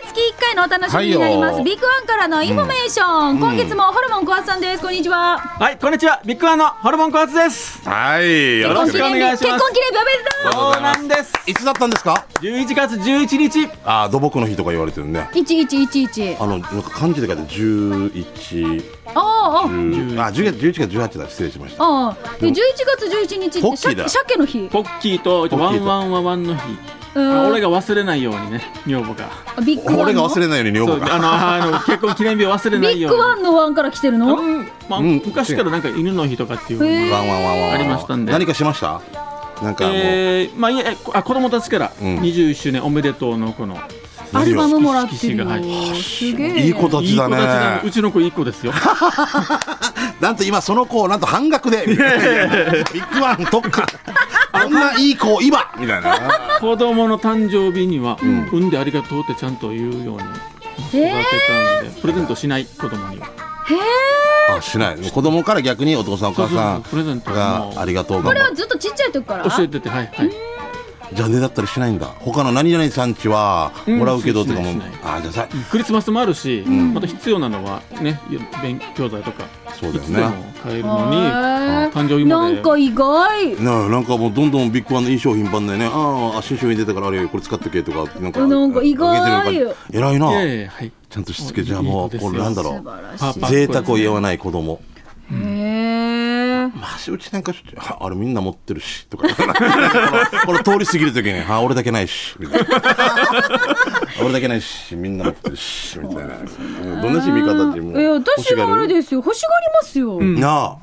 お楽しみになります、はいよビッグワンからのインフォメーション、今月もホルモン小松さんですこんにちははい、こんにちは。ビッグワンのホルモン小圧です。はい、よ結ろ婚し記く。念日お願いし結ます婚記念日おめでとうそうなんです。いつだったんですか11月11日。ああ、土木の日とか言われてるね。 1111あの、なんか漢字で書いて11、おー10あ、10月、11月18だ。失礼しました。おーおーで11月11日っポてッキーだ鮭鮭の日ポッキーとポッワキーンとワンワンワンの日。うん俺が忘れないようにね、女房が。ビッグワ俺ンがの忘れないように女そ房う、あが。の、あの結婚記念日を忘れなビいッようグに。ワンのワンから来てるの、うん、まあ、うん昔からなんか犬の日とかっていう。へーワンワンワンワン。ありましたんで何かしましたなんかもう、えー、まあ、いや、えあ、子供たちからん21周年おめでとうのこの。アルバムもらってるよ色々色すげえいい子たいちい子たちだがうね。ちの子いい子ですよ。なんと今その子をなんと半額で。ビッグワン特化。こんないい子を今みたいな。子供の誕生日には、産んでありがとうってちゃんと言うように。育てへたので、プレゼントしない子供には。あ、しない。子供から逆にお父さんお母さんそうそうそうプレゼントはもうがありがとうこがれ。はずっとちっちゃい時から教えてて、はい、はい。邪念だったりしないんだ。他の何々さんちはうんもらうけどとかもしないし。あ、じゃあさ、クリスマスもあるし、また必要なのはね勉強材とかそうだよねいつでも買えるのにへー誕生日なまんでか意外ななんかもうどんどんビッグワンのいい商品版だよね。ああ、新商品出たからあれこれ使ってけとか、なんか。なんか意外あげてるのか偉いいやな。いやはいちゃんとしつけじゃあもう、これなんだろ素う。晴らしパいパ贅沢を言わない子供。へえまあ、うちなんかしょっちゅうああれみんな持ってるし、とか。 これ通り過ぎるときに、あ、俺だけないし、みたいな。 俺だけないし、みんな持ってるし、みたいな。うんどんなし味方でも。いや私はあれですよ欲しがりますよ、す。なあ。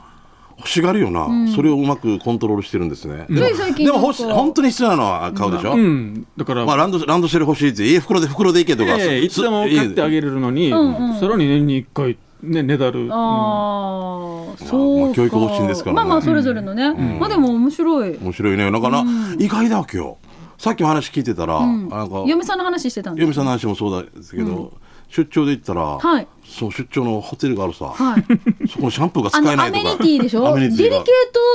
欲しがるよな、それをうまくコントロールしてるんですね。でつもい最近でもなん欲かし本当に必要なのは買うでしょ、うんだから、まあ、ランドランドセル欲しいって、いい袋で袋でいけとか、ええいつでも買ってある。げれるのに、んうんさらに年に一回ねねだるああ、そうか。教育方針ですからねまあまあ、それぞれのね。まあでも面白い。面白いね。なんかな、意外だわけよ。さっきも話聞いてたら、うんなんか、嫁さんの話してたんで。嫁さんの話もそうだけど、出張で行ったら、はいそう出張のホテルがあるさ、はい。そこのシャンプ ーが使あえの、なアいとかメニティでしょアメデニリテケィーが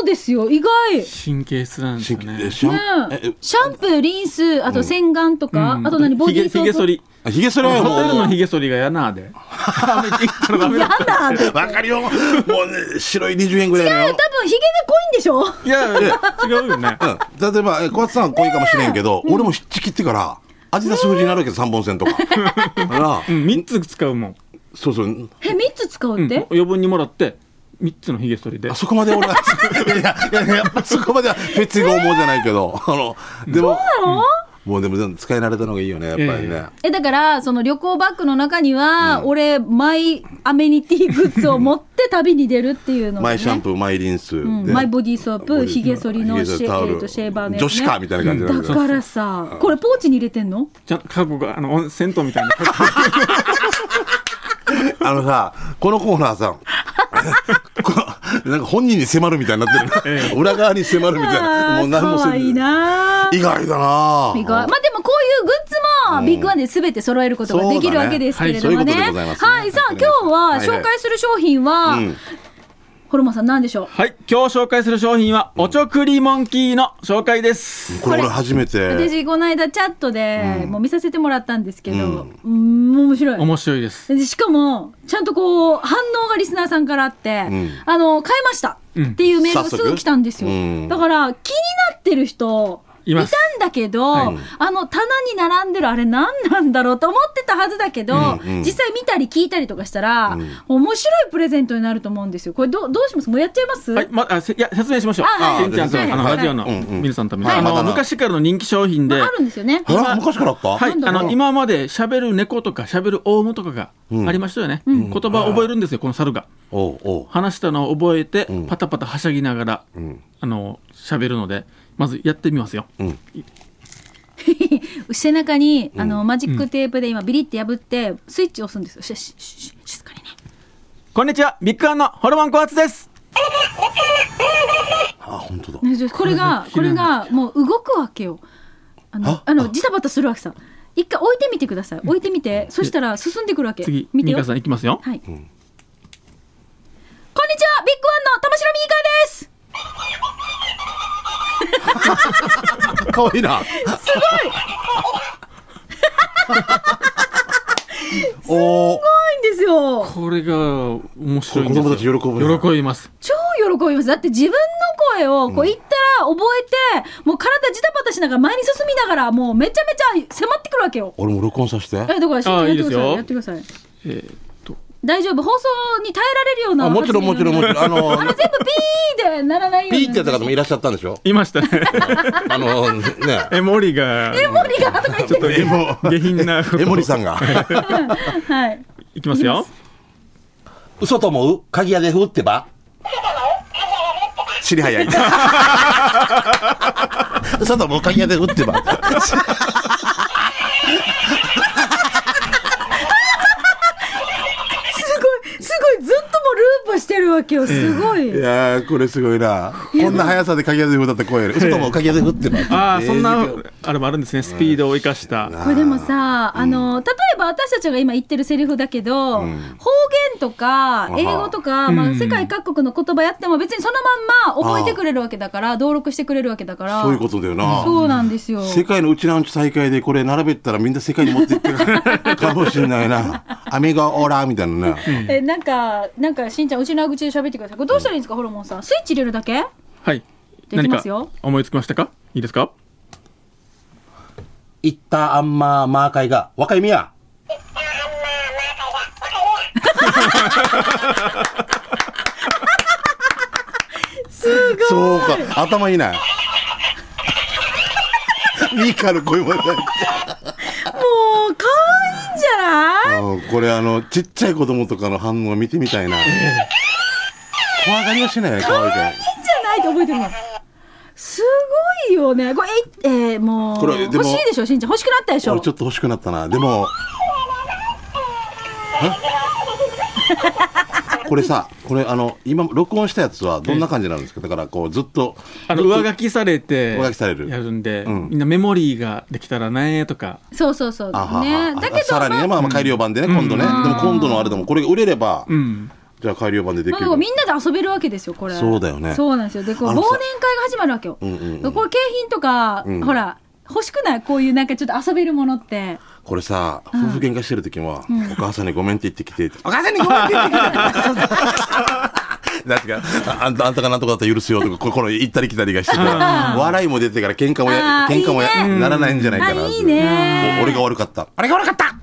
トですよ。意外。神経質なんです新よねえシャンえねええシャンプー、リンス、あと洗顔とか、うんあと何、ボディーソひげひげ剃ーりあひげ剃りホはテルもうのひげ剃りがやなでダメだプ。やだ。多分、わかるよもう、ね、白い20円ぐらいのヒゲがよ濃いんでしょいやいや違うよねうん、例えばえ小松さんは濃いかもしれんけど、俺もひっち切ってから味出す風になるわけ三本線とかなあうん三つ使うもん、そうそうえ、3つ使ううっん、て余分にもらって三つのひげ剃りであそこまで俺はいやいやいややっぱそこまでは別に思うじゃないけどあのでももうでも使い慣れたのがいいよねやっぱりね、ええ、だから、その旅行バッグの中には、俺、マイアメニティグッズを持って旅に出るっていうのがマねイシャンプー、マイリンス、うんでマイボディーソーボプ、ディひげ剃りヒのゲ剃シェ,、タオルえーとシェーバーのやつ、ね、女子かみたいな感じなんだだけどからさ、これポーチに入れてんのちゃん家具があの温銭湯みたいなあのさ、このコーナーさ、 こなんか本人に迫るみたいになってる、裏側に迫るみたいな。あもーう何かもせわいいな意外だな意外まあでもこういうグッズもビッグワンで全て揃えることができるわけですけれどもね。そうだねはいそういうことでございますねはい、さあわ今かりまし日たははいはい紹介する商品は、うんホルモンさん何でしょうはい、今日紹介する商品は、おちょくりモンキーの紹介です。これ俺初めて。私この間チャットでもう見させてもらったんですけど、うん、面白い。面白いです。でしかも、ちゃんとこう、反応がリスナーさんからあって、んあの、変えましたっていうメールが早す速ぐ来たんですよ。うんだから、気になってる人、いいたまんすだけど、あの、棚に並んでるあれ何なんだろうと思ってたはずだけど、うん実際見たり聞いたりとかしたら、面白いプレゼントになると思うんですよ。これどう、どうしますもうやっちゃいます、はい、ま、あ、せいや、説明しましょう。あはいしんちゃんと、はいあの、はいラジオのはいうん皆さんのために。はいあまだの、な昔からの人気商品でまあ、、あるんですよね。あ昔からあったはい、なんだあろうの、今まで喋る猫とか喋るオウムとかがありましたよね。言葉を覚えるんですよ、この猿が。おうおう話したのを覚えてん、パタパタはしゃぎながらん、あの、喋るので、まずやってみますよ。うん。背中に、あの、マジックテープで今ビリって破って、スイッチ押すんですよ。しししし静かにね。こんにちは、ビッグワンのホルモンコアツです。あ、本当だ。ねそうこれが、ここれれねが、もう動くわけよ。あのあ、あの、ジタバタするわけさ。一回置いてみてください。置いてみて、そしたら進んでくるわけ。次、見てミよ。はい。こんカさんにいきますよち。は、ビッグワンの玉城ミーカです。かわいいな。すごい。おおいんですよ。これが面白いんですよ。これ子供たち喜ぶね喜びます。超喜びます。だって自分の声をこう言ったら覚えて、もう体ジタバタしながら前に進みながら、もうめちゃめちゃ迫ってくるわけよ。俺も録音させてえ、だから、あーやってください。いいですよやってください。えーっと、大丈夫。放送に耐えられるような。あもちろんもちろんもちろんあのあれ全部ピーでならないように。ピーってやった方もいらっしゃったんでしょいまし たね。あのねエモリが、モリがとか言ってちょっと下下品な。江森さんがはい。いきますよ。嘘と思う鍵屋でふってば知り早い 嘘と思う鍵屋でふってばすごい、すごい、ずっともうループしてるわけよ。すごい。いやーこれすごいなこんな速さで鍵屋でふだったら声嘘と思う鍵屋でふってばああ、そんなえー、あれもあるんですね。スピードを生かした。これでもさ、あの、例えば私たちが今言ってるセリフだけど、方言とか、英語とか、まうあ、ん世界各国の言葉やっても別にそのまんま覚えてくれるわけだから、登録してくれるわけだから。そういうことだよなそうなんですよ。世界のうちなんち大会でこれ並べたらみんな世界に持っていってるかもしれない な。アメガオーラみたいなな。え、なんか、なんか、しんちゃん、うちの口で喋ってください。これどうしたらいいんですか、ホルモンさん。スイッチ入れるだけはい。でき何まかすよ思いつきましたかいいですかいったあんまマーカイが、若いみや。すごい。そうか、頭いいな。ミカの声もない。もう、可愛いんじゃないうんこれあの、ちっちゃい子供とかの反応見てみたいな。怖がりはしないよ、可愛いから。いいんじゃないって覚えてるの。すごいよね。これ、え、えーもう、これでも欲しいでしょ、しんちゃん。欲しくなったでしょ。俺ちょっと欲しくなったな。でも、これさ、これあの、今、録音したやつはどんな感じなんですかだからこう、ずっと、あの、上書きされて、上書きされるやるんで、うんみんなメモリーができたらねとか、そうそうそう。あはね。はだけど、さらにね、まあ、まあまあ改良版でね、今度ね。でも今度のあれでも、これが売れればう、ん。じゃあ改良版でできまある。みんなで遊べるわけですよ、これ。そうだよねそうなんですよ。で、こう、あ忘の年さ会が始まるわけよ。うんうんうでんこう、景品とか、うんほら、欲しくないこういうなんかちょっと遊べるものって。これさ、夫婦喧嘩してる時も、お母さんにごめんって言ってきて、お母さんにごめんって言ってきて。なんていうか、あんた、あんたがなんとかだったら許すよとか、ここの行ったり来たりがしてて、笑いも出てから喧嘩もや、あー喧嘩もやいいならないんじゃないあ、かな。いいね。お俺が悪かった。俺が悪かった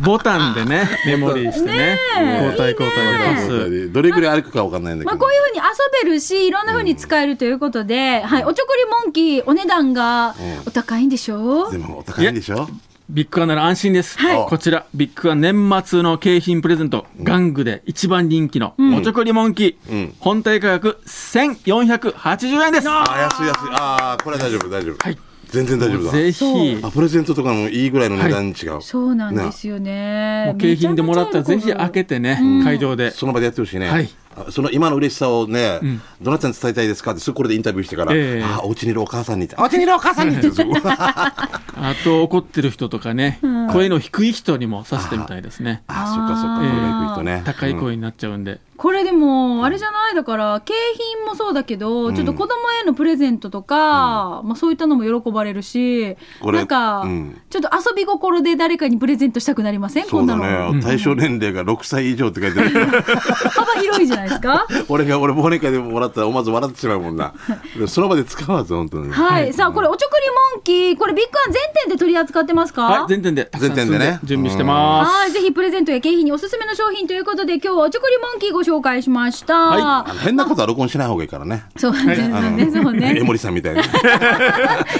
ボタン でね、メモリーしてね、交代交代で出す。どれぐらい歩くかわかんないんだまけあ、どこう。いうふうに遊べるし、いろんなふうに使えるということで、はい、おちょこりモンキー、お値段がお高いんでしょう、でも、お高いんでしょビッグワンなら安心です。はいこちら、ビッグワン年末の景品プレゼント、玩具で一番人気の、おちょこりモンキー、うん本体価格1480円です。あー、安い安い。あー、これは大丈夫、大丈夫。はい全然大丈夫だ。ぜひ、あプレゼントとかもいいぐらいの値段に違う、そうなんですよね。もう景品でもらったらぜひ開けてね、会場で。その場でやってほしいね、はいあその今の嬉しさをね、どなたに伝えたいですかってすぐこれでインタビューしてから、ええあお家にいるお母さんにってお家にいるお母さんにってすごいあ あと怒ってる人とかね、声の低い人にもさしてみたいですね。そっかそっかこれが行くとね、高い声になっちゃうんで。これでもあれじゃないだから景品もそうだけど、ちょっと子供へのプレゼントとか、まあ、そういったのも喜ばれるしこれなんか、うんちょっと遊び心で誰かにプレゼントしたくなりませんそこうんだなの、ね、対象年齢が6歳以上って書いてあ る幅広いじゃないです か俺が俺忘年会でもらったら思わず笑ってしまうもんなでその場で使わず本当にはい、さあこれおちょくりモンキーこれビッグワン全店で取り扱ってますかはい、全店で、たくさ全ん積店んでねで準備してます。はいぜひプレゼントや景品におすすめの商品ということで今日はおちょくりモンキーご紹介しました、あの変なことは録音しない方がいいからねそうですねそうね江森さん みたいに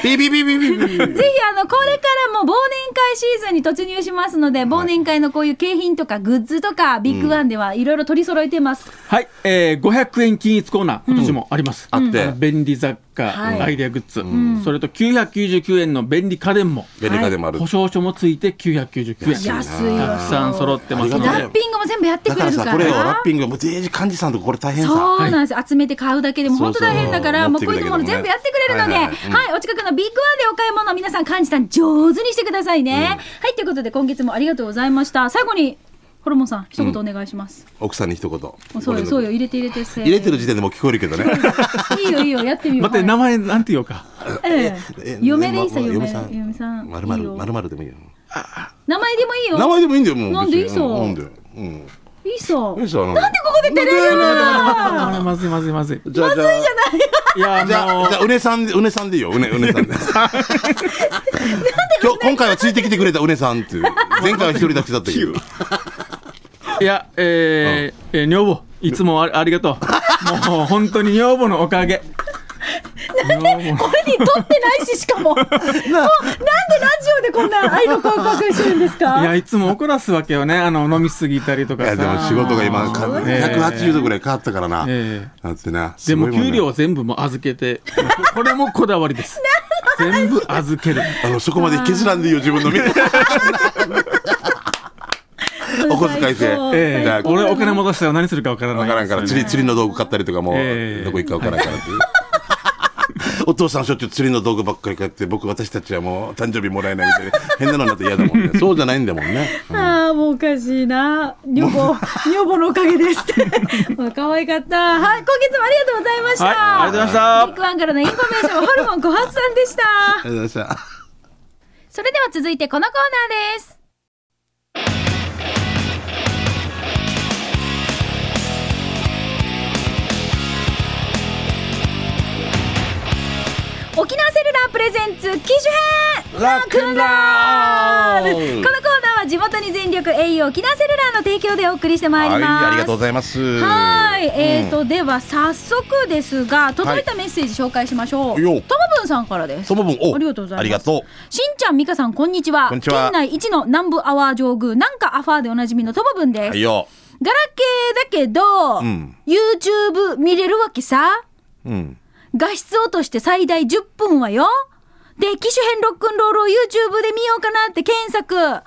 ビビビビビビビぜひあのこれからも忘年会シーズンに突入しますので忘年会のこういう景品とかグッズとかビッグワンではいろいろ取り揃えてます、はい、えー、500円均一コーナー、今年もあります。うんあっての便利雑貨、はいアイデアグッズ、それと999円の便利家電も、ベネカでもある保証書もついて999円。安いたわくさん揃ってますのありがたいラッ、でピングも全部やってだくかれらるからさこれをラッピングもデージ幹事さんとかこれ大変さそうなんです、集めて買うだけでもそう本当そう大変だから持もっうてこくういだうとこけでもろね全部やってくれるので、ははいいはいはいうんお近くのビッグワンでお買い物皆さん幹事さん上手にしてくださいね、はいということで今月もありがとうございました最後にホルモンさん一言お願いします、奥さんに一言もうそうよそうよ入れて入れてせー入れてる時点でもう聞こえるけどね いいよいいよやってみよう待っはて、い名前なんて言おうか。えええ嫁でいいさま嫁嫁さん嫁さんまるまいいるよまるまるでもいいよ名前でもいいよ。名前でもいいんだよ、もう。なんでいいさうんなんで。うん。いいさ。なんいいでさ、なんここで照れるのあらまずいまずいまずい。じゃあ、じゃあ、いや、じゃもうあ、じゃあ、うねさんで、うねさんでいいよ、うね、うねさんで。今日、今回はついてきてくれたうねさんっていう。前回は一人立ちだったけど。いや、えーえー女房、いつもあありがとう。もう本当に女房のおかげ。女房これに撮ってないし、しかも。もう、なんでラジオでこんな愛の告白してるんですいや、かいつも怒らすわけよね。あの、飲みすぎたりといかさ。や、でも仕事が今、かええ180度ぐらい変わったからな。えだってな。でもすごいんね給料は全部もう預けて、これもこだわ りです。全部預ける。あの、そこまで削らんでいいよ、自分の身。お小遣い制最高ええじゃあ俺お金戻したら何するかわからない。わからんから、釣り、釣りの道具買ったりとかもえう、えどこ行くかわからんからっていう。お父さんしょっちゅう釣りの道具ばっかり買って、僕、私たちはもう誕生日もらえないみたいな、変なのになって嫌だも んね。そうじゃないんだもんね。ああ、もうおかしいな。女房、女房のおかげですって。 まあ可愛かった。はい、今月もありがとうございました。はい、ありがとうございましビッグワンからのインフォメーション、ホルモン小発さんでした。ありがとうございました。それでは続いてこのコーナーです。沖縄セルラープレゼンツ機種編ラックンロールこのコーナーは地元に全力 au 沖縄セルラーの提供でお送りしてまいります。はい、ありがとうございます。はい、えーうんと、では早速ですが、届いたメッセージ紹介しましょう。はといもよぶんさんからです。その分、おありがとうございますありがとう。しんちゃん、みかさん、こんにちは。こんにちは県内一の南部アワー上宮、なんかアファーでおなじみのともぶんです。はいよ。ガラケーだけど、うん YouTube 見れるわけさ。うん。画質落として最大10分はよ。で、機種編ロックンロールを YouTube で見ようかなって検索。当た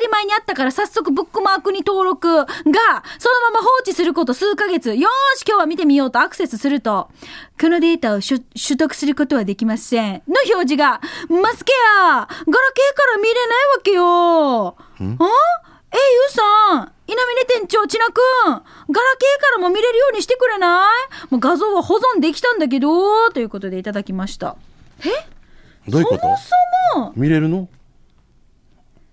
り前にあったから早速ブックマークに登録。が、そのまま放置すること数ヶ月。よーし、今日は見てみようとアクセスすると。このデータを取取得することはできません。の表示が、マスケアガラケーから見れないわけよ。んえ、ゆうさん、稲峰店長、千奈くん、ガラケーからも見れるようにしてくれないもう画像は保存できたんだけど、ということでいただきました。どういうことそも、見れるの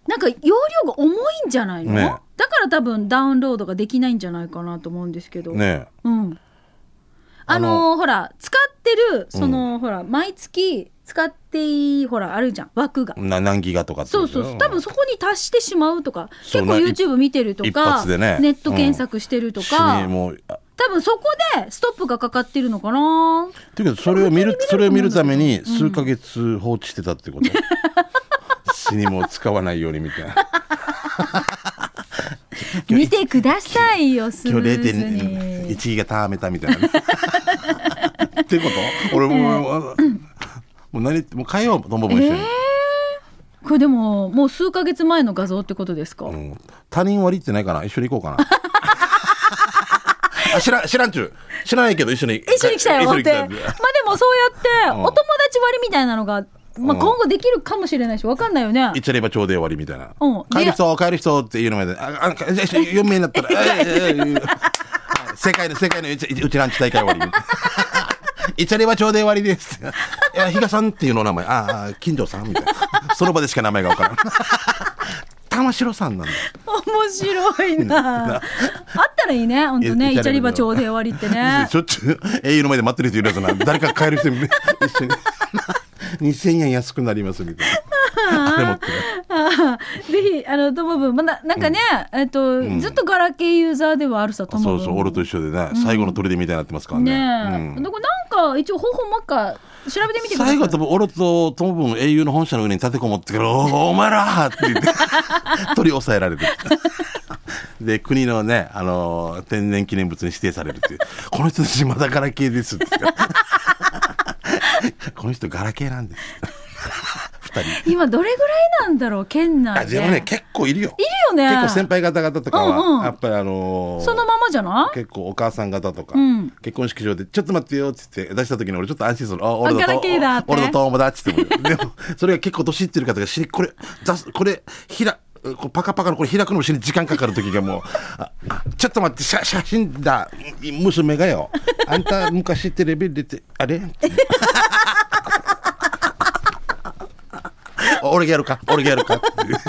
なんか容量が重いんじゃないの、ねだから多分ダウンロードができないんじゃないかなと思うんですけど。ねうん。あのーあほら、使ってる、その、ほら、毎月使っていい、ほら、あるじゃん、枠がえ。。な何ギガとかってそこうとそうそう多分そこに達してしまうとかそ結う構な YouTube 見てると一か、発でねネット検索してると死か、にもう、あ多分そこでストップがかかってるのかなていうか、それを見る、普通そにれを見れ見るるとた思うめんだに数ヶ月放置してたっ てこと、死にも使わないようにみたいな。見てくださいよスム今日ーズに0.1がためたみたいなね。ってこと俺も、もうもう何言って、もう変えよう、トンボも一緒に。これでももう数ヶ月前の画像ってことですか、うん他人割りってないかな一緒に行こうか な。あ知らん、知らんちゅう。知らないけど一緒に。一緒に来たよってまあでんもそうやってうんお友達割りみたいなのが、まあ、今後できるかもしれないしわかんないよね行っちゃればちょうど終わりみたいな。うん帰る人、帰る人っていうのまで、あ、あ、じゃあ4名になったら、ええええええ世界の、世界のうちうちランチ大会終わりみたいな。イチャレバ町で終わりです。いや、比嘉さんっていうのお名前。ああ、金城さんみたいな。その場でしか名前がわからん。玉城さんなんだ。面白いなあったらいいね本当ねいイやチャリバ町で終わりってねしょっちゅう、英雄の前で待ってる人いるやつな。誰か帰る人いる一緒に。2000円安くなりますみたいな。あれ持ってねああ ぜひあのトモブンまだなんかね、えっと、ずっとガラケーユーザーではあるさトモそブンうそう、俺と一緒でね、最後の砦みたいになってますからねね。え、うんだからなんか一応方法もっか調べてみてください最後は多分俺とともぶん英雄の本社の上に立てこもっ てから、おーお前らーって言って、取り押さえられて。 で、国のね、あのー天然記念物に指定されるっていう。この人たちまだガラケーで すって。この人ガラケーなんです。二人。今どれぐらいなんだろう県内あ、ででもね、結構いるよ。いるよね結構先輩方々とかは、うんうんやっぱりあのーそのままじゃない結構お母さん方とか、うん結婚式場で「ちょっと待ってよ」って言って出した時に俺ちょっと安心する「あ俺ガラだとケーだって俺だ友達」って思うよでもそれが結構年いってる方がしこれ出すこれひらこうパカパカのこれ開くのもしに時間かかる時がもうああちょっと待って写写真だ娘がよあんた昔テレビ出てあれ 俺がやるか俺がやるかっていうテ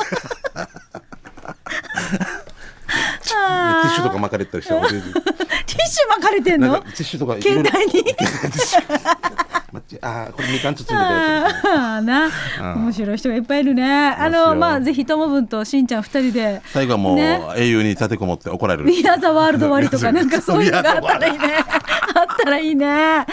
ィッシュとか巻かれたりし て教えてティッシュ巻かれてんなんのかティッシュとかいろ携いろ帯に待ってあーこれみかん包んでたやつああな面白い人がいっぱいいるねあいますのよまあぜひともぶんとしんちゃん二人で最後はもうね英雄に立てこもって怒 られるミアザワールド割 とかなんかそういうのがあったらいいね。あったらいいね。はい。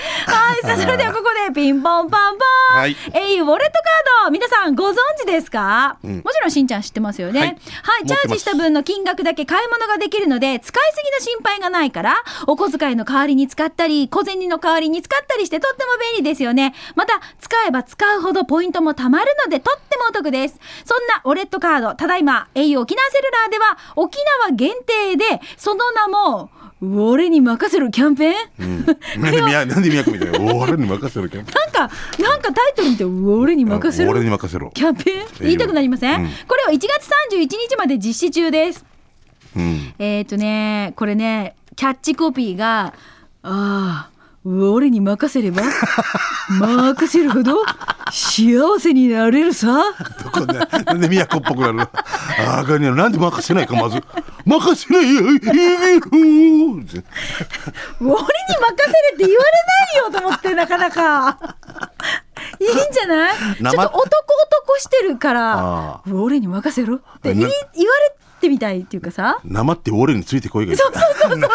さあ、それ ではここでピンポンパンポン。はいえい、ウォレットカード、皆さんご存知ですか、もちろんしんちゃん知ってますよね。ははいい。チ持っャてーまジすした分の金額だけ買い物ができるので、使いすぎの心配がないから、お小遣いの代わりに使ったり、小銭の代わりに使ったりしてとっても便利ですよね。また、使えば使うほどポイントも貯まるので、とってもお得です。そんなウォレットカード、ただいま、au 沖縄セルラーでは、沖縄限定で、その名も、俺に任せるキャンペーン、 なんで宮なんで宮君みたいなお俺に任せろキャンペーンなんか、なんかタイトル見て、俺に任せる俺に任せろキャンペーン言いたくなりません、うんこれを1月31日まで実施中です。うんえっ、ー、とね、これね、キャッチコピーが、ああ、俺に任せれ ば、任せるほど幸せになれるさ。どこでなんで宮子っぽくなるのああかになんで任せないかまず任せないよいいよって俺に任せれって言われないよと思って、なかな か。いいんじゃないちょ生っと男男してるかあら、俺に任せろってい言なわれてみたいっていうか さ。なまって俺についてこいがいいそうそうそうそう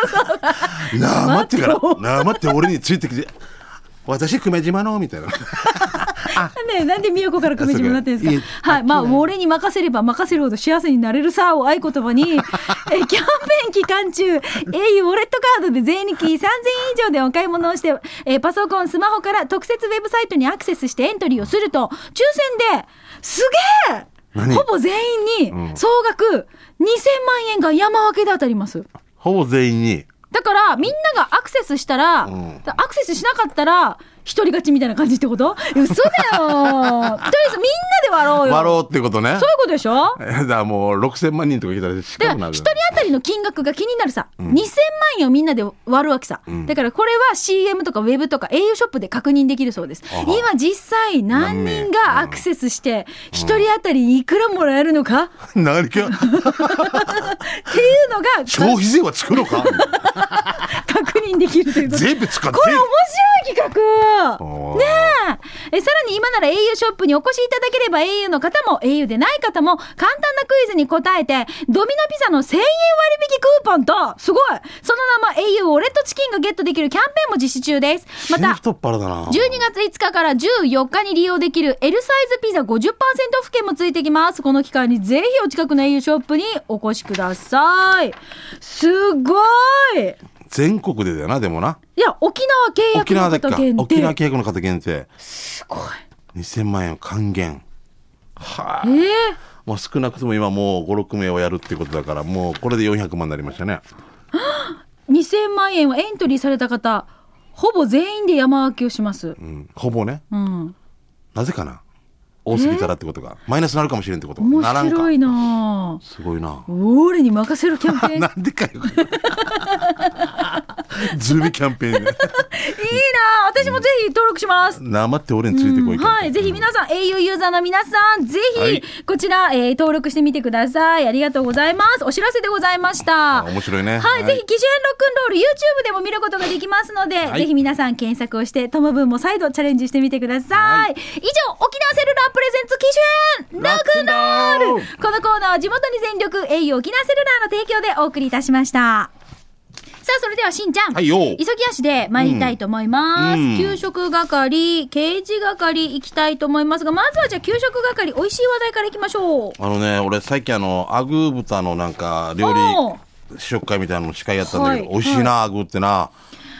そう。なまってから待ってなまって俺についてきて私久米島のみたいなねえなんで宮古から久米島になってるんですあか。はい、まあ、俺に任せれば任せるほど幸せになれるさを合言 葉に、えキャンペーン期間中、au ウォレットカードで税抜き3000円以上でお買い物をして、えーパソコン、スマホから特設ウェブサイトにアクセスしてエントリーをすると、抽選で、すげえ何ほぼ全員に総額2000万円が山分けで当たります。ほぼ全員にだから、みんながアクセスしたら、んアクセスしなかったら、一人勝ちみたいな感じってこと 嘘だよとりあえずみんなで割ろうよ。割ろうってことねそういうことでしょえだからもう6000万人とか来たらしだかかもなら、る一人当たりの金額が気になるさ。2000万円をみんなで割るわけさ。だから、これは CM とかウェブとか au ショップで確認できるそうです。あ今、実際何人がアクセスして、一人当たりいくらもらえるのかっ何かていうのが、消費税はつく のか確認できるということ全部使ってこれ面白い企画おーねええさらに今なら au ショップにお越しいただければ au の方も au でない方も簡単なクイズに答えてドミノピザの1000円割引クーポンとすごいその名も au ウォレットチキンがゲットできるキャンペーンも実施中ですま死にた太っ腹だな12月5日から14日に利用できる L サイズピザ50%オフ券もついてきます。この機会にぜひお近くの au ショップにお越しください。すごい全国でだよなでもないや、沖縄契約沖縄のだっけ方か限定。沖縄契約の方限定すごい。 2000万円を還元はあええもう少なくとも今もう56名をやるってことだからもうこれで400万になりましたね2000万円はエントリーされた方、ほぼ全員で山分けをしますう。んほぼねうん。なぜかな多すぎたらってことがマイナスになるかもしれんってこと面ならんか白いなぁすごいな俺に任せるキャンペーン。いいな なんでかよズルキャンペーンねぁ私もぜひ登録します。なまって俺についてこいキャンペーンはい。ぜひ皆さん、au ユーザーの皆さん、ぜはひ、いこちら、えー登録してみてください。ありがとうございます。お知らせでございました。あ面白いはねい、はいぜひ、機種編ロックンロール、YouTube でも見ることができますので、はいぜひ皆さん検索をして、トムブンも再度チャレンジしてみてください。以上、沖縄セルラープレゼンツ機種編ロックンロールロックンローこのコーナーは地元に全力、au 沖縄セルラーの提供でお送りいたしました。さあ、それではしんちゃん。はいよ急ぎ足で参りたいと思います。うん給食係、刑事係行きたいと思いますが、まずはじゃあ給食係、美味しい話題から行きましょう。あのね俺最近あのアグー豚のなんか料おう理試食会みたいなの司会やったんだけど、はい美味しいな、アグーってな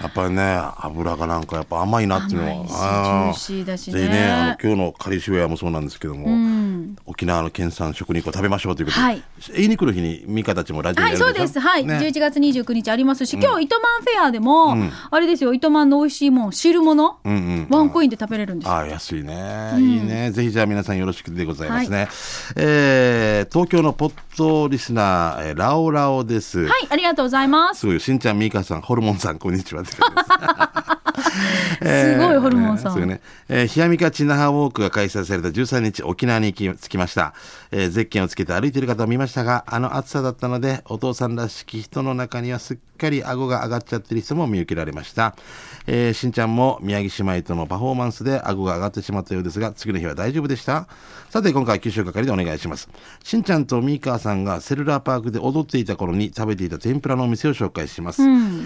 やっぱりね油がなんかやっぱ甘いなっていうの甘いしはうジューんシーだしねでねあの今日のカリシウェアもそうなんですけども、ん沖縄の県産食肉を食べましょうということで、はい言いに来る日にミカたちもラジオはでやい、るでしそうょです。はい。ね11月29日ありますし、今日、糸満フェアでも、あれですよ、糸満の美味しいもん、汁物、んうんワンコインで食べれるんですよ。ああ、安いね、いいね。ぜひじゃあ皆さんよろしくでございますね。えー東京のポッドリスナー、えーラオラオです。はい、ありがとうございますす。ごいよ。しんちゃん、みーかさん、ホルモンさん、こんにちはって書いてます。えーすごいホルモンさんそうね。えー、ひやみかちなはウォークが開催された13日、沖縄に行き着きました。えーゼッケンをつけて歩いている方を見ましたが、あの暑さだったので、お父さんらしき人の中にはすっかり顎が上がっちゃってる人も見受けられました。えーしんちゃんも宮城姉妹とのパフォーマンスで顎が上がってしまったようですが、次の日は大丈夫でしたさて、今回は九州係でお願いします。しんちゃんとミーカーさんがセルラーパークで踊っていた頃に食べていた天ぷらのお店を紹介します。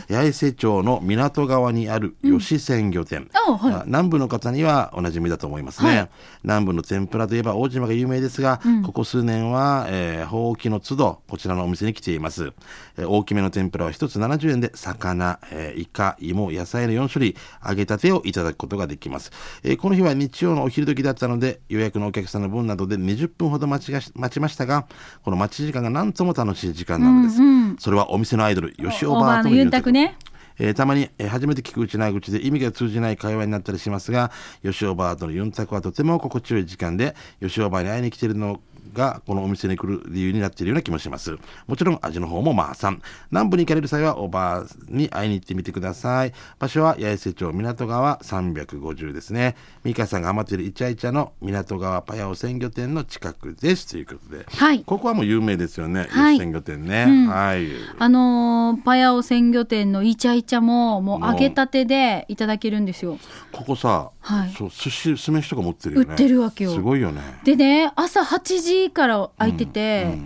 八重瀬町の港側にある吉鮮魚店。あはいあ南部の方にはおなじみだと思いますね、南部の天ぷらといえば大島が有名ですが、ここ数年は、えー、ほうきの都度こちらのお店に来ています、えー大きめの天ぷらは1つ70円で魚、えーイカ芋野菜の4種類揚げたてをいただくことができます、えーこの日は日曜のお昼時だったので予約のお客さんの分などで20分ほど待ちが待ちましたがこの待ち時間がなんとも楽しい時間なのです、それはお店のアイドル吉尾おばバあーのとも言ユうンとタクね。えーたまに、えー初めて聞くうちな口で意味が通じない会話になったりしますが、吉尾バーとのユンタクはとても心地よい時間で、吉尾バーに会いに来ているのが、このお店に来る理由になっているような気もします。もちろん味の方もまあさん。南部に行かれる際は、おばあに会いに行ってみてください。場所は八重瀬町港川350ですね。ミカさんがハマっているイチャイチャの港川パヤオ鮮魚店の近くです。ということで。はいここはもう有名ですよね。はい吉鮮魚店ね。んはい。あのーパヤオ鮮魚店のイチャイチャも、もう揚げたてでいただけるんですよ。ここさ、はいそう寿司酢飯とか持ってるよね売ってるわけよすごいよねでね、朝8時から空いてて、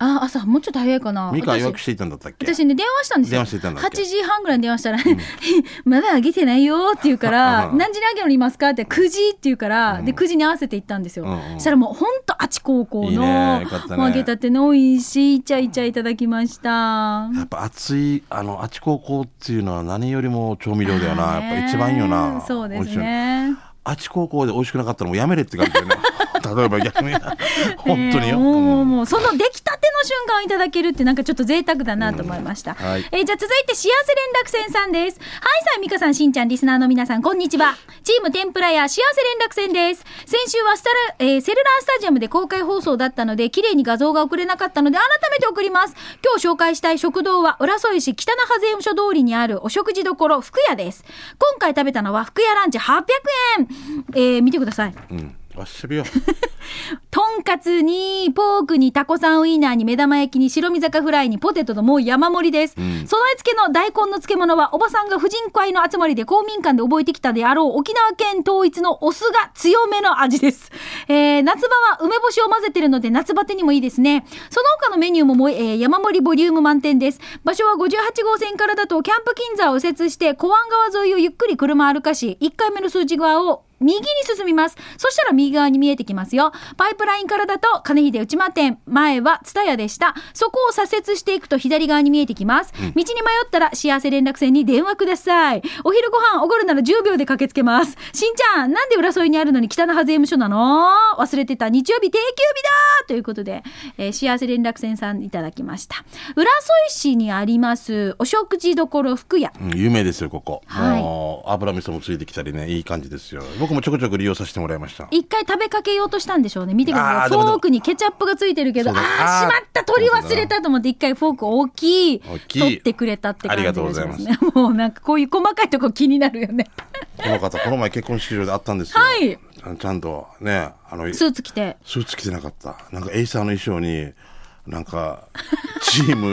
あ、朝、もうちょっと早いかな。ミカは私予約していたんだったっけ私ね、電話したんですよ。電話してたんだっ8け時半ぐらいに電話したら、 まだ上げてないよって言うから、うん何時に上げるのいますかって、9時って言うから、で、9時に合わせて行ったんですよ。うんうんそしたらもう、ほんと、あち高校の、いいねよかったねもう揚げたての美味しいイチャイチャいただきました。やっぱ熱いあのあちここっていうのは何よりも調味料だよなあーねやっぱ一番いいよなそうです美味しいよね。あちここで美味しくなかったらもうやめれって感じだよね 例えば逆に本当にえーよ、もううんもうその出来たての瞬間をいただけるってなんかちょっと贅沢だなと思いました、うんはいえーじゃあ続いて幸せ連絡船さんですはいさあ美香さんしんちゃんリスナーの皆さんこんにちはチーム天ぷらや幸せ連絡船です先週はスタル、えーセルラースタジアムで公開放送だったので綺麗に画像が送れなかったので改めて送ります今日紹介したい食堂は浦添市北那覇税務署通りにあるお食事どころ福屋です今回食べたのは福屋ランチ800円、えー見てくださいうんわっしゃびよとんかつに、ポークに、タコさんウインナーに、目玉焼きに、白身魚フライに、ポテトのもう山盛りです。備え付けの大根の漬物は、おばさんが婦人会の集まりで公民館で覚えてきたであろう、沖縄県統一のお酢が強めの味です。 えー、夏場は梅干しを混ぜてるので、夏バテにもいいですね。その他のメニューももう、えー山盛りボリューム満点です。場所は58号線からだと、キャンプ金座を右折して、小湾川沿いをゆっくり車歩かし、1回目の数字側を右に進みます。そしたら右側に見えてきますよ。パイプラインからだと、金秀内間店、前は蔦屋でした。そこを左折していくと左側に見えてきます。道に迷ったら幸せ連絡船に電話ください。お昼ご飯おごるなら10秒で駆けつけます。しんちゃん、なんで浦添にあるのに北那覇税務署なの忘れてた。日曜日定休日だということで、えー幸せ連絡船さんいただきました。浦添市にあります、お食事処福屋。うん有名ですよここ、はいもう油味噌もついてきたりねいい感じですよ僕もちょこちょこ利用させてもらいました一回食べかけようとしたんでしょうね。見てくださあい。フーでもでもォークにケチャップがついてるけど、あそあうー、だしあーまった、取り忘れたと思って一回フォーク大きい大きい取ってくれたって感じありがとうございますですね。もうなんかこういう細かいとこ気になるよね。この方この前結婚式場で会ったんですよ、はいあのちゃんとねあのスーツ着て。スーツ着てなかった。なんかエイサーの衣装に、なんか、 チ ーム、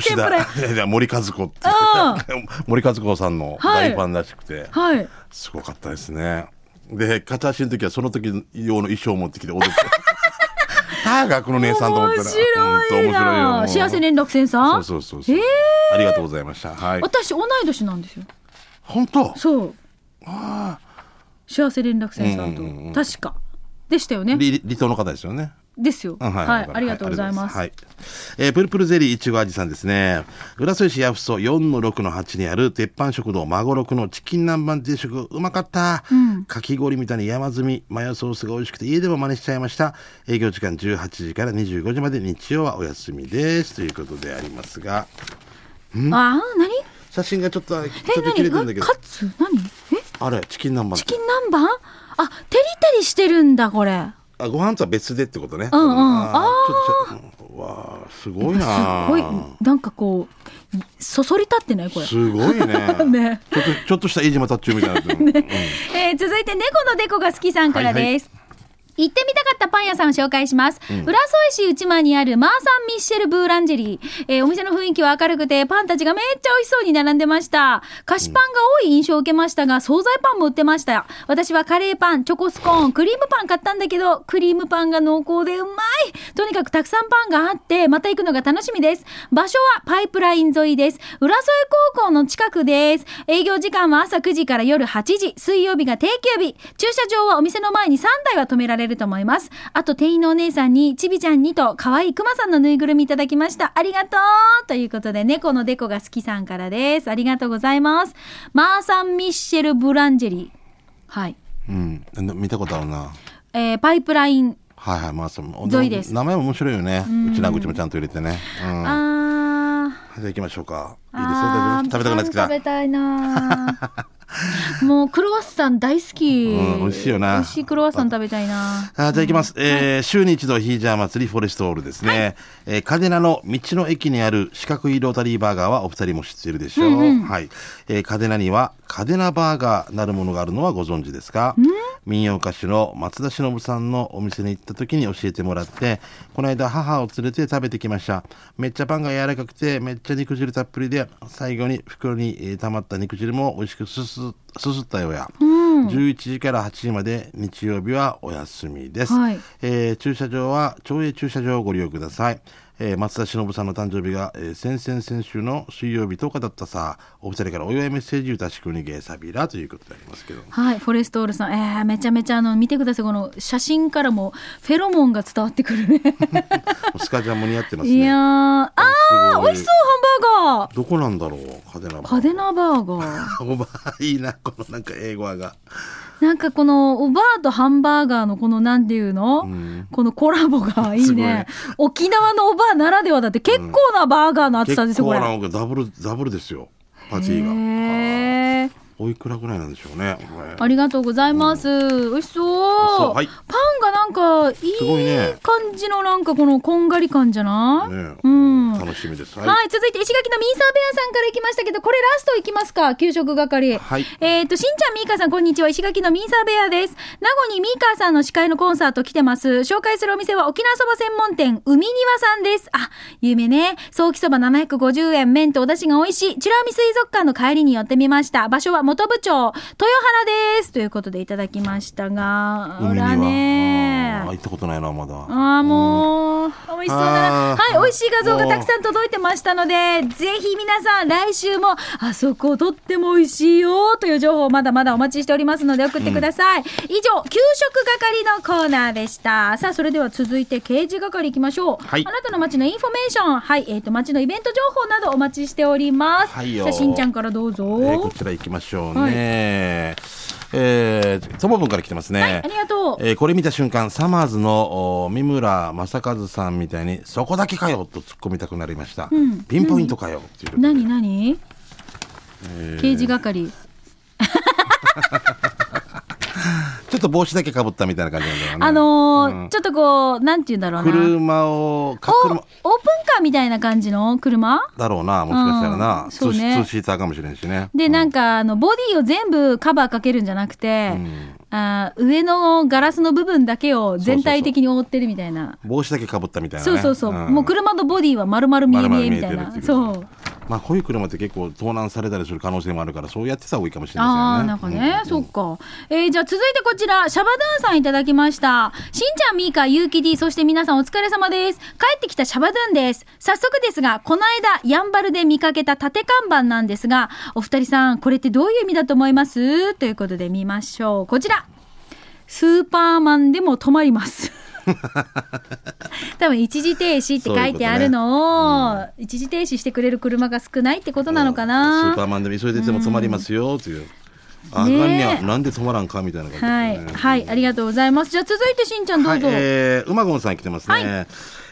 吉田、天いやいや森和子って言ってた 森和子さんのはい大ファンらしくて、はい。すごかったですね。で、片足の時はその時用の衣装を持ってきて踊 って。ターガーこの姉さんと思ったら。面白いほんと面白いよもなう幸せ連絡船さ。そうんそうそうそう、ありがとうございました。はい。私同い年なんですよ。本当そう。幸せ連絡船さんうんうんうと。ん確か。でしたよね。り離島の方ですよね。ですよ。うんはいはわいか。るありがとうございますは。い。えープルプルゼリーいちご味さんですね。浦添市八ふそ4の6の8にある鉄板食堂孫六のチキン南蛮定食うまかった、かき氷みたいに山積み、マヨソースが美味しくて家でも真似しちゃいました。営業時間18時から25時まで日曜はお休みです。ということでありますが、ああ、何写真がちょっと、ちょっと切え、れてるんだ何けどカ、ツ何えあれ、チキン南蛮チキン南蛮あ、テリテリしてるんだ、これ。あご飯とは別でってことね。うんうんあーちょっとちょわあすごいなほいなんかこうそそり立ってないこれすごいね ねちょっとちょっとした飯島達中みたい な、えー続いて猫のデコが好きさんからです。行ってみたかったパン屋さんを紹介します。浦添市内間にあるマーサン・ミッシェル・ブーランジェリー。えーお店の雰囲気は明るくて、パンたちがめっちゃ美味しそうに並んでました。菓子パンが多い印象を受けましたが、惣菜パンも売ってました。私はカレーパン、チョコスコーン、クリームパン買ったんだけど、クリームパンが濃厚でうまい。とにかくたくさんパンがあって、また行くのが楽しみです。場所はパイプライン沿いです。浦添高校の近くです。営業時間は朝9時から夜8時、水曜日が定休日。駐車場はお店の前に3台は止められると思います。あと店員のお姉さんに、ちびちゃんにと、可愛いクマさんのぬいぐるみいただきました。ありがとうということで、猫のデコが好きさんからです。ありがとうございます。マーサン・ミッシェル・ブランジェリー。はい。うん、うんな、見たことあるなえーパイプライン。はいはいまあそのゾイです名前も面白いよねうちなぐちもちゃんと入れてね、うん、じゃあー。あ行きましょうかいいですよあ大丈夫食べたくないですパン食べたいなあ もうクロワッサン大好き、うん美味しいよな美味しいクロワッサン食べたいなあーじゃあ行きます。えー週に一度ヒージャー祭りフォレストオールですね。えーカデナの道の駅にある四角いロータリーバーガーはお二人も知っているでしょう。はい。えーカデナにはカデナバーガーなるものがあるのはご存知ですか民謡歌手の松田忍さんのお店に行った時に教えてもらって、この間母を連れて食べてきました。めっちゃパンが柔らかくて、めっちゃ肉汁たっぷりで、最後に袋に、えー溜まった肉汁も美味しくすす、すすったようや。11時から8時まで日曜日はお休みです。はいえー駐車場は町営駐車場をご利用ください。えー松田忍さんの誕生日が、えー先々先週の水曜日10日だったさ、お二人からお祝いメッセージ歌しくにげさびらということでありますけど。はいフォレストオールさんえー、めちゃめちゃあの見てくださいこの写真からもフェロモンが伝わってくるねスカジャンも似合ってますね。いやーあすーご美い味しそうハンバーガーどこなんだろうカデナバーガーカデナバーガーおばあいいな、このなんか英語が。なんかこのおばあとハンバーガーのこのなんていうの、このコラボがいいすごいねね沖縄のおばあならではだって結構なバーガーの厚さで結すよ、構これなんかダブル、ダブルですよ。パティが。へーおいくらぐらいなんでしょうね。これありがとうございます。美味しそう。そうはいパンがなんかいすごいいね感じのなんかこのこんがり感じゃない？ねうん。はい、楽しみです。続いて石垣のミーサーベアさんからいきましたけど、これラストいきますか、給食係。はいえっ、と、しんちゃん、みーかさん、こんにちは。石垣のミーサーベアです。名護にミーカーさんの司会のコンサート来てます。紹介するお店は沖縄そば専門店、海庭さんです。あ、有名ね。早期そば750円、麺とお出汁が美味しい。美ら海水族館の帰りに寄ってみました。場所は元部町、豊原です。ということでいただきましたが、海には。裏ねあー行ったことないな、まだ。ああもう、美味しそうだなはあーい美味しい画像がたくさん届いてましたのでぜひ皆さん来週もあそことっても美味しいよという情報をまだまだお待ちしておりますので送ってください、以上給食係のコーナーでしたさあそれでは続いて刑事係いきましょう、はいあなたの街のインフォメーションはいえっ、と街のイベント情報などお待ちしております、はいじよゃあしんちゃんからどうぞ、えーこちら行きましょうね。えー、ともぶんから来てますね。ありがとう、えーこれ見た瞬間、サマーズのお三村正和さんみたいに、そこだけかよと突っ込みたくなりました。んピンポイントかよっていうことで。何何、刑事係ちょっと帽子だけかぶったみたいな感じなんだよね。あのーうんちょっとこう、なんて言うんだろうな。車を、かおオー車プンカーみたいな感じの車だろうな、もしかしたらうな。んツそうーシねツーシーターかもしれんしね。で、なんか、あの、ボディを全部カバーかけるんじゃなくて、あー上のガラスの部分だけを全体的に覆ってるみたいな。帽子だけかぶったみたいなそうね。そうそう。んもう車のボディは丸々見え見えみたい丸な。々見えてるっていうそこう。まあ、こういう車って結構盗難されたりする可能性もあるから、そうやってた方がいいかもしれああないー、でなんすかよね。ね、そっか。えーじゃあ続いてこちら、シャバドゥンさんいただきました。しんちゃん、みーか、ゆうき D、そして皆さんお疲れ様です。帰ってきたシャバドゥンです。早速ですが、この間、やんばるで見かけた縦看板なんですが、お二人さん、これってどういう意味だと思いますということで見ましょう。こちら。スーパーマンでも止まり ます。多分一時停止って書いてあるのを、一時停止してくれる車が少ないってことなのかな、スーパーマンでも急いでても止まりますよという。あかねえんにゃなんで止まらんかみたいな感じはい、ですねはい、ありがとうございます。じゃあ続いてしんちゃんどうぞ。はい、えー、うまごんさん来てますね。はい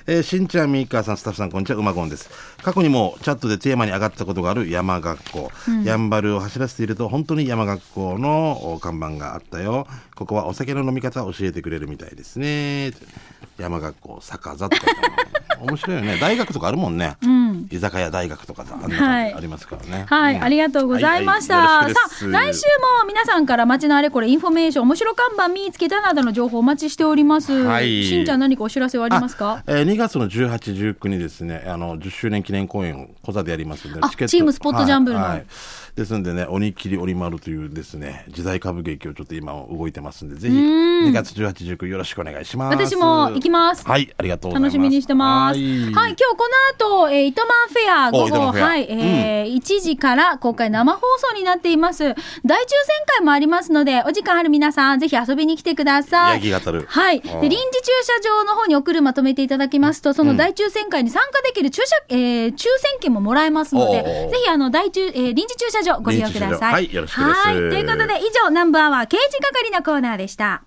えーしんちゃん、みーかさん、スタッフさん、こんにちは、うまごんです。過去にもチャットでテーマに上がったことがある山学校。やんばるを走らせていると、本当に山学校のお看板があったよ。ここはお酒の飲み方を教えてくれるみたいですね。山学校、坂座って。 面白いよね。大学とかあるもんね。居酒屋大学とかさ、あんな感じありますからね。はい、うんありがとうございました。はいはいよろさしあ、くで来す週も皆さんから街のあれこれインフォメーション、面白看板見つけたなどの情報お待ちしております。はいしんちゃん何かお知らせはありますかえー、2月の18、19にですね、あの、10周年記念公演を小座でやりますので、あチームスポットジャンブルのはいはいですんでね、鬼切り鬼丸というですね、時代歌舞劇をちょっと今動いてますんで、ぜひ、2月18、19よろしくお願いします。私も行きますはい、ありがとうございま楽す。しみにしてます。はい、は今い日この後、えー、糸満フェア午お糸満後、フェアはい、えー1時から公開生放送になっています。大抽選会もありますので、お時間ある皆さん、ぜひ遊びに来てくださヤい。ギが当たる。はい。で、うん臨時駐車場の方にお車止めていただきますと、その大抽選会に参加できる駐車、えー抽選券ももらえますので、おうおうぜひ、あの、大抽、えー臨時駐車場ご利用ください。臨時駐車場はいよろしくですはいということで、以上、ナンバーワー刑事係のコーナーでした。